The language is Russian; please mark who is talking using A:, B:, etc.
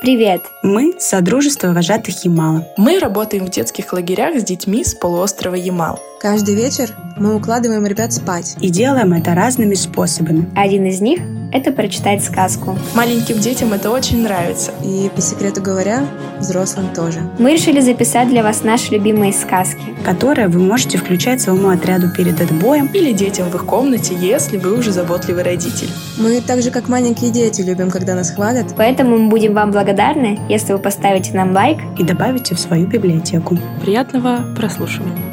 A: Привет!
B: Мы – Содружество вожатых Ямала.
C: Мы работаем в детских лагерях с детьми с полуострова Ямал.
D: Каждый вечер мы укладываем ребят спать.
B: И делаем это разными способами.
A: Один из них – это прочитать сказку.
C: Маленьким детям это очень нравится.
D: И, по секрету говоря, взрослым тоже.
A: Мы решили записать для вас наши любимые сказки.
B: Которые вы можете включать своему отряду перед отбоем.
C: Или детям в их комнате, если вы уже заботливый родитель.
D: Мы так же, как маленькие дети, любим, когда нас хвалят.
A: Поэтому мы будем вам благодарны, если вы поставите нам лайк
B: и добавите в свою библиотеку.
E: Приятного прослушивания!